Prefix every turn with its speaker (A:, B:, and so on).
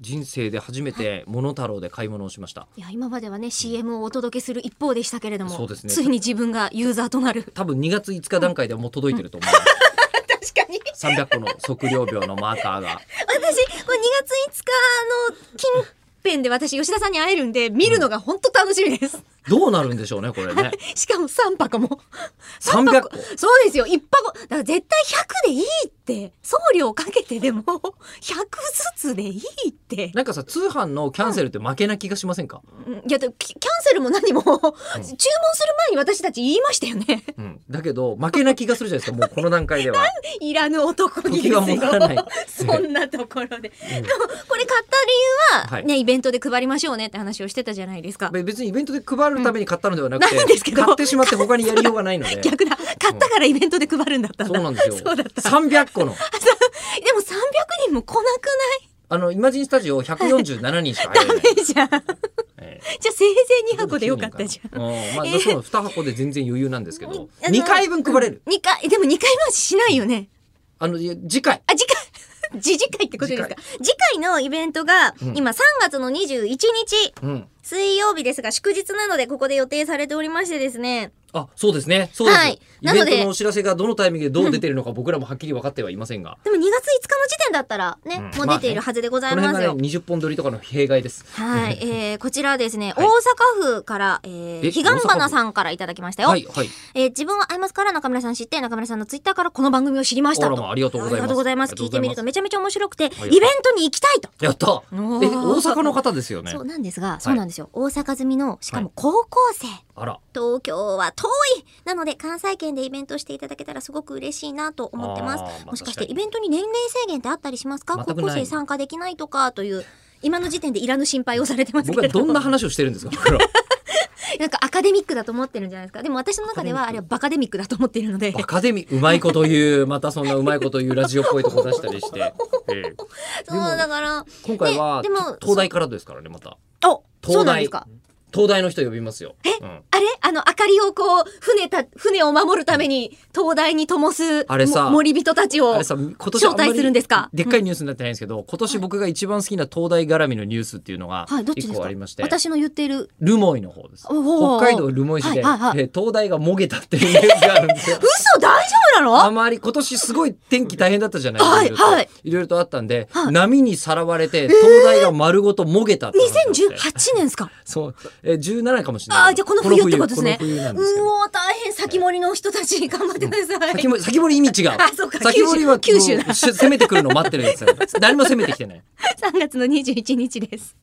A: 人生で初めてモノタロウで買い物をしました
B: いや今まではね CM をお届けする一方でしたけれども、
A: そうですね
B: ついに自分がユーザーとなる
A: 多分2月5日段階ではもう届いてると思う、
B: 確かに
A: 300個の測量秒のマーカーが
B: 私これ2月5日の近辺で私吉田さんに会えるんで見るのが本当楽しみです、
A: どうなるんでしょうねこれね
B: しかも3箱も
A: 300
B: 三
A: 個
B: そうですよ1箱だから絶対100でいいって送料かけてでも100ずつでいいって
A: なんかさ通販のキャンセルって負けな気がしませんか、
B: うんいやでもキキャンセルも何も、注文する前に私たち言いましたよね
A: うん、だけど負けな気がするじゃ ないですかもうこの段階では、
B: いらぬ男にです
A: 時
B: よ
A: は戻ら ない
B: そんなところで、
A: うん
B: でもこれ買った理由は、
A: はい
B: ねイベントで配りましょうねって話をしてたじゃないですか
A: べ別にイベントで配るために買ったのではなくて、
B: うんなんですけど
A: 買ってしまって他にやりようがないので
B: 逆だ買ったからイベントで配るんだったん
A: そ
B: だ、
A: うなんですよ
B: そうだった
A: 300個の
B: でも300人も来なく
A: あのイマジンスタジオ147人しか入れないい、
B: なダメじ ゃん
A: ええ
B: じゃあせいぜい2箱でよかったじゃん。
A: ゃん。うん、まあ、
B: えー
A: そう2箱で全然余裕なんですけど、
B: あの
A: 2回分配れる。
B: 二回、でも2回回ししないよね。
A: あの、いや次回。
B: あ、次回、 次次回ってことですか。次回のイベントが、
A: うん
B: 今3月の21日、
A: うん。
B: 水曜日ですが、祝日なのでここで予定されておりましてですね。
A: あ、そうですね。そうです。
B: はい
A: イベ
B: なの
A: ン
B: で
A: トのお知らせがどのタイミングでどう出てるのか僕らもはっきり分かってはいませんが、
B: でも2月5日の時点だったらね、
A: うん
B: もう出ているはずでござい
A: この
B: ま
A: 辺
B: す
A: が
B: よ。
A: ね、20本撮りとかの弊害です。
B: はい、えー、こちらですね、
A: はい
B: 大阪府から、えー、
A: え
B: 彼岸花さんからいただきましたよ。
A: はい、はい。
B: えー自分はアイマスから中村さん知って中村さんのツイッターからこの番組を知りました
A: あら
B: と
A: まあありがとうございます
B: ありがとうございます
A: あり
B: 聞い
A: がとうご
B: て
A: ざいます
B: みるとめちゃめちゃ面白くてイベ
A: い
B: ントに行きたいと、
A: やったえ、大
B: おー
A: 阪の方ですよね
B: そ。うなんですがそうなんですよ、大阪済みのしかも高校生、
A: あら。
B: 東京は遠いなので関西圏でイベントしていただけたらすごく嬉しいなと思ってます
A: あーまあ
B: もしかし
A: 確
B: て
A: か
B: イ
A: に
B: ベントに年齢制限ってあったりしますか
A: 全
B: 高
A: くない
B: 校生参加できないとかという今の時点でいらぬ心配をされてますけ
A: 僕は
B: れど
A: どんな話をしてるんですか僕らは
B: なんかアカデミックだと思ってるんじゃないですかでも私の中ではあれはバカデミックだと思っているので
A: バカデミー、うまいこと言う、またそんなうまいこと言うラジオっぽいとこ出したりして。 ええ
B: そうだから
A: 今回は
B: ねでも、
A: 東大からですからね、また。
B: おそう
A: 東
B: なんで
A: 大
B: すか。
A: 東大の人呼びますよ。うん
B: あれあの、明かりをこう、船た、船を守るために、灯台に灯す、
A: あれさ
B: も森人たちを。
A: あれさ今年あんまり
B: 招待するんですか
A: でっかいニュースになってないんですけど、今年僕が一番好きな東大絡みのニュースっていうのが
B: はい、どっち
A: 一
B: です
A: 個
B: か
A: ありまして、
B: 私の言ってる。
A: 留萌の方です。
B: おおお
A: 北海道留萌市で、
B: はいはいはい
A: えー東大がもげたっていうニュースがあるん ですよ。
B: 嘘大丈夫なの
A: あまり今年すごい天気大変だったじゃない
B: はい
A: ですか。
B: はい
A: いろいろとあったんで、
B: はい
A: 波にさらわれて東大が丸ごともげたって話なんですね
B: ?2018 年ですか
A: そう、えー、17かもしれない。
B: ああ、じゃあこの冬ってことですね。
A: この冬なん
B: う
A: ですけど。
B: おー、大変、先森の人たち、頑張ってください。
A: 先も先堀意味違う
B: あそうか。
A: 先堀は
B: 九州
A: もうし攻めてくるの待ってるやつだよ。何も攻めてきてない。
B: 3月の21日です。